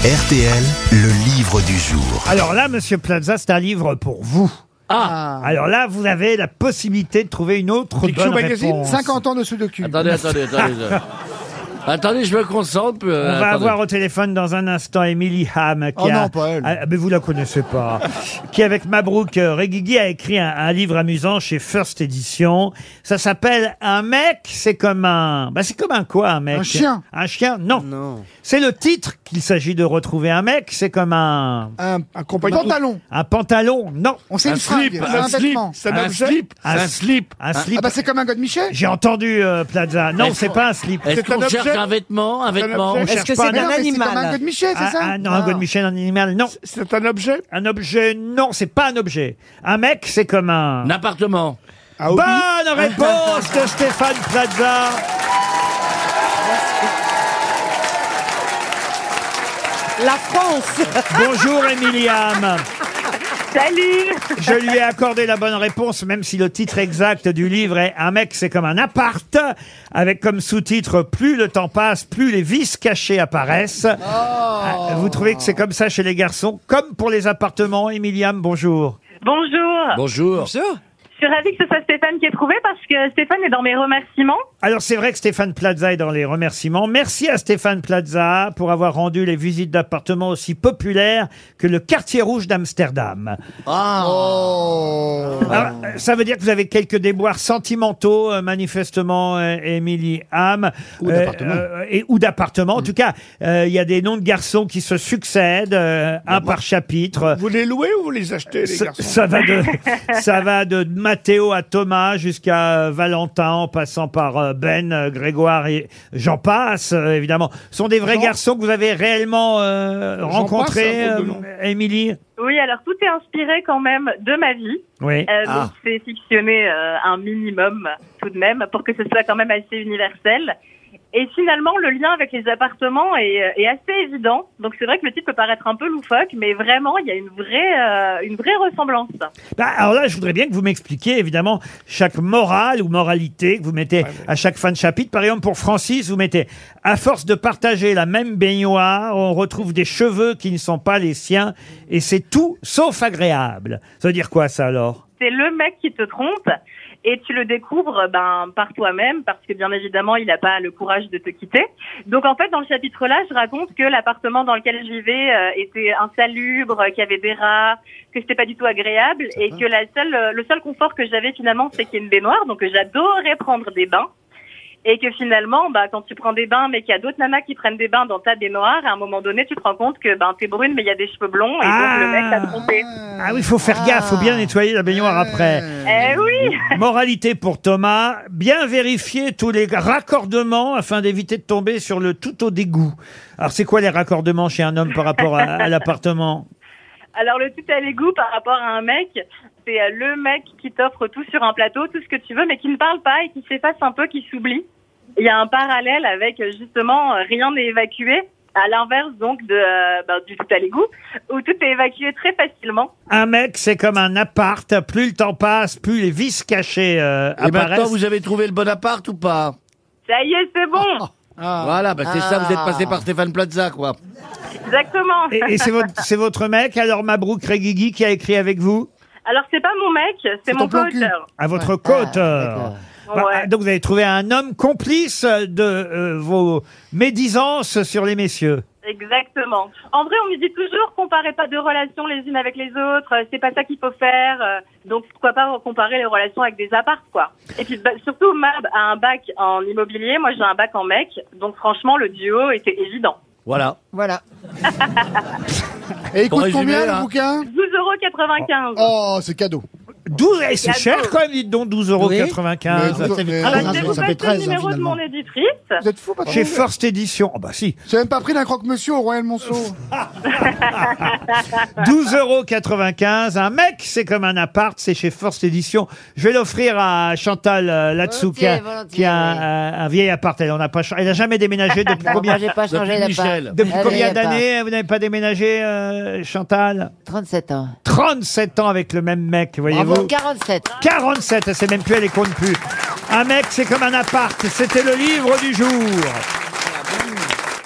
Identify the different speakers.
Speaker 1: RTL, le livre du jour.
Speaker 2: Alors là, Monsieur Plaza, c'est un livre pour vous.
Speaker 3: Ah.
Speaker 2: Alors là, vous avez la possibilité de trouver une autre
Speaker 4: Picsou
Speaker 2: bonne
Speaker 4: Magazine,
Speaker 2: réponse.
Speaker 4: 50 ans de Sudoku.
Speaker 3: Attendez, attendez, attendez. euh. attendez, je me concentre.
Speaker 2: On
Speaker 3: euh,
Speaker 2: va
Speaker 3: attendez.
Speaker 2: avoir au téléphone dans un instant Émilie Ham, qui
Speaker 4: Oh
Speaker 2: a-
Speaker 4: non, pas elle.
Speaker 2: Ah, mais vous la connaissez pas, qui avec Mabrouk euh, Reguigui a écrit un, un livre amusant chez First Edition. Ça s'appelle Un mec, c'est comme un, bah c'est comme un quoi un mec
Speaker 4: Un chien.
Speaker 2: Un chien Non. C'est le titre qu'il s'agit de retrouver. Un mec, c'est comme un,
Speaker 4: Un, compagnon. Pantalon.
Speaker 2: un pantalon Non.
Speaker 4: On sait
Speaker 3: Un
Speaker 4: une
Speaker 3: slip,
Speaker 4: fringue, c'est un,
Speaker 3: un slip,
Speaker 4: vêtement.
Speaker 3: un, slip, un,
Speaker 2: Un-
Speaker 3: slip.
Speaker 2: Un slip.
Speaker 4: Ah bah c'est comme un godemichet
Speaker 2: J'ai entendu euh, Plaza. Non,
Speaker 3: Est-ce
Speaker 2: c'est
Speaker 3: qu'on-
Speaker 2: pas un slip.
Speaker 3: Est-ce
Speaker 5: C'est un
Speaker 3: qu'on cherche
Speaker 5: objet
Speaker 3: un vêtement, un vêtement
Speaker 5: objet.
Speaker 2: On cherche
Speaker 6: Est-ce que
Speaker 2: pas
Speaker 6: c'est
Speaker 2: un
Speaker 4: Mais
Speaker 6: d'un
Speaker 4: non, mais c'est comme un
Speaker 6: animal
Speaker 4: godemichet, c'est
Speaker 2: Ah,
Speaker 4: ça
Speaker 2: ah, non, un godemichel, un animal, non.
Speaker 5: C'est un objet
Speaker 2: Un objet, non, c'est pas un objet. Un mec, c'est comme un...
Speaker 3: Un appartement.
Speaker 2: Ah,
Speaker 4: Bah
Speaker 2: Bonne réponse de Stéphane Plaza
Speaker 6: La France
Speaker 2: Bonjour, Emiliam
Speaker 7: Salut
Speaker 2: Je lui ai accordé la bonne réponse, même si le titre exact du livre est Un mec, c'est comme un appart, avec comme sous-titre Plus le temps passe, plus les vices cachés apparaissent. Ah, Vous trouvez que c'est comme ça chez les garçons, comme pour les appartements Emiliam, bonjour.
Speaker 7: Bonjour
Speaker 3: Bonjour.
Speaker 7: Je suis ravie que ce soit Stéphane qui ait trouvé parce que Stéphane est dans mes remerciements.
Speaker 2: Alors c'est vrai que Stéphane Plaza est dans les remerciements. Merci à Stéphane Plaza pour avoir rendu les visites d'appartements aussi populaires que le quartier rouge d'Amsterdam.
Speaker 3: Ah.
Speaker 2: Alors, euh, ça veut dire que vous avez quelques déboires sentimentaux, euh, manifestement, euh, Émilie Ham. Ou
Speaker 4: d'appartements.
Speaker 2: et, ou d'appartements.
Speaker 5: Mm.
Speaker 2: En tout cas, euh, il y a des noms de garçons qui se succèdent, euh, un par chapitre.
Speaker 5: Bah, Vous les louez ou vous les achetez, les
Speaker 2: Ça-
Speaker 5: garçons
Speaker 2: Ça va de ça va de Mathéo à Thomas jusqu'à euh, Valentin en passant par euh, Ben, euh, Grégoire et j'en passe euh, évidemment. Ce sont des vrais
Speaker 4: Jean-
Speaker 2: garçons que vous avez réellement euh, rencontrés,
Speaker 5: passe, un drôle
Speaker 2: euh,
Speaker 5: de nom.
Speaker 2: Émilie.
Speaker 7: Oui, alors tout est inspiré quand même de ma vie.
Speaker 2: Oui.
Speaker 7: Euh, Donc c'est fictionné euh, un minimum tout de même pour que ce soit quand même assez universel. Et finalement, le lien avec les appartements est, euh, est assez évident. Donc c'est vrai que le titre peut paraître un peu loufoque, mais vraiment, il y a une vraie, euh, une vraie ressemblance.
Speaker 2: Bah, alors là, je voudrais bien que vous m'expliquiez évidemment chaque morale ou moralité que vous mettez à chaque fin de chapitre. Par exemple, pour Francis, vous mettez à force de partager la même baignoire, on retrouve des cheveux qui ne sont pas les siens et c'est tout sauf agréable. Ça veut dire quoi ça alors
Speaker 7: c'est le mec qui te trompe et tu le découvres ben par toi-même parce que bien évidemment il n'a pas le courage de te quitter. Donc en fait dans le chapitre là je raconte que l'appartement dans lequel je vivais euh, était insalubre, qu'il y avait des rats, que c'était pas du tout agréable et que la seule euh, le seul confort que j'avais finalement c'est qu'il y ait une baignoire donc euh, j'adorais prendre des bains. Et que finalement, bah, quand tu prends des bains, mais qu'il y a d'autres nanas qui prennent des bains dans ta baignoire, à un moment donné, tu te rends compte que ben t'es brune, mais il y a des cheveux blonds, et donc le mec t'a trompé.
Speaker 2: Ah oui, faut faire gaffe, faut bien nettoyer la baignoire après.
Speaker 7: Eh oui,
Speaker 2: Moralité pour Thomas, bien vérifier tous les raccordements afin d'éviter de tomber sur le tout au dégoût. Alors c'est quoi les raccordements chez un homme par rapport à, à l'appartement
Speaker 7: Alors le tout à l'égout par rapport à un mec, c'est euh, le mec qui t'offre tout sur un plateau, tout ce que tu veux, mais qui ne parle pas et qui s'efface un peu, qui s'oublie. Il y a un parallèle avec euh, justement euh, rien n'est évacué, à l'inverse donc de, euh, ben, du tout à l'égout, où tout est évacué très facilement.
Speaker 2: Un mec, c'est comme un appart, plus le temps passe, plus les vices cachés euh,
Speaker 3: Et maintenant,
Speaker 2: apparaissent.
Speaker 3: Eh ben, vous avez trouvé le bon appart ou pas
Speaker 7: Ça y est, c'est bon,
Speaker 3: Voilà, bah, c'est ça, vous êtes passé par Stéphane Plaza, quoi.
Speaker 7: exactement.
Speaker 2: Et, et c'est votre, c'est votre mec, alors Mabrouk Reguigui qui a écrit avec vous
Speaker 7: Alors c'est pas mon mec, c'est
Speaker 4: C'est
Speaker 7: mon
Speaker 4: ton plan cul.
Speaker 7: co-auteur.
Speaker 2: à votre co-auteur. Bah,
Speaker 7: Ouais.
Speaker 2: Donc vous avez trouvé un homme complice de euh, vos médisances sur les messieurs.
Speaker 7: Exactement. En vrai, on nous dit toujours comparez pas de relations les unes avec les autres, euh, c'est pas ça qu'il faut faire. euh, Donc pourquoi pas comparer les relations avec des apparts quoi. Et puis bah, surtout Mab a un bac en immobilier, moi j'ai un bac en mec, donc franchement le duo était évident.
Speaker 3: Voilà.
Speaker 6: Voilà.
Speaker 4: Et il
Speaker 3: Pour
Speaker 4: coûte
Speaker 3: résumer,
Speaker 4: combien
Speaker 3: là.
Speaker 4: le bouquin
Speaker 7: 12,95 euros.
Speaker 4: Oh, c'est cadeau.
Speaker 2: 12, et c'est cher quand même, dites donc, 12,95 euros.
Speaker 4: Mais vous- mais-
Speaker 7: Alors,
Speaker 4: Ah,
Speaker 7: Bah, je vais vous
Speaker 4: ça fait
Speaker 7: passer
Speaker 4: 13,
Speaker 7: le
Speaker 4: hein,
Speaker 7: numéro de
Speaker 4: finalement.
Speaker 7: mon éditrice.
Speaker 4: Vous êtes fou, patron
Speaker 2: Chez First Edition, oh bah si,
Speaker 4: J'ai même pas pris d'un croque-monsieur au Royal Monceau.
Speaker 2: 12,95 euros. Un mec, c'est comme un appart, c'est chez First Edition. Je vais l'offrir à Chantal euh, là-dessous, qui a,
Speaker 6: Volontiers, volontiers,
Speaker 2: qui a un,
Speaker 6: oui.
Speaker 2: un- un vieil appart. Elle n'a pas, cha- elle a jamais déménagé depuis
Speaker 6: Non, moi,
Speaker 2: combien,
Speaker 6: j'ai pas changé Ah
Speaker 3: Depuis
Speaker 6: d'appart.
Speaker 3: Michel.
Speaker 2: depuis
Speaker 6: Elle
Speaker 2: combien
Speaker 6: est pas.
Speaker 2: d'années hein, vous n'avez pas déménagé, euh, Chantal
Speaker 6: 37 ans.
Speaker 2: 37 ans avec le même mec,
Speaker 6: Bravo,
Speaker 2: voyez-vous.
Speaker 6: 47.
Speaker 2: 47, elle sait même plus, elle les compte plus. Un mec, c'est comme un appart. C'était le livre du jour.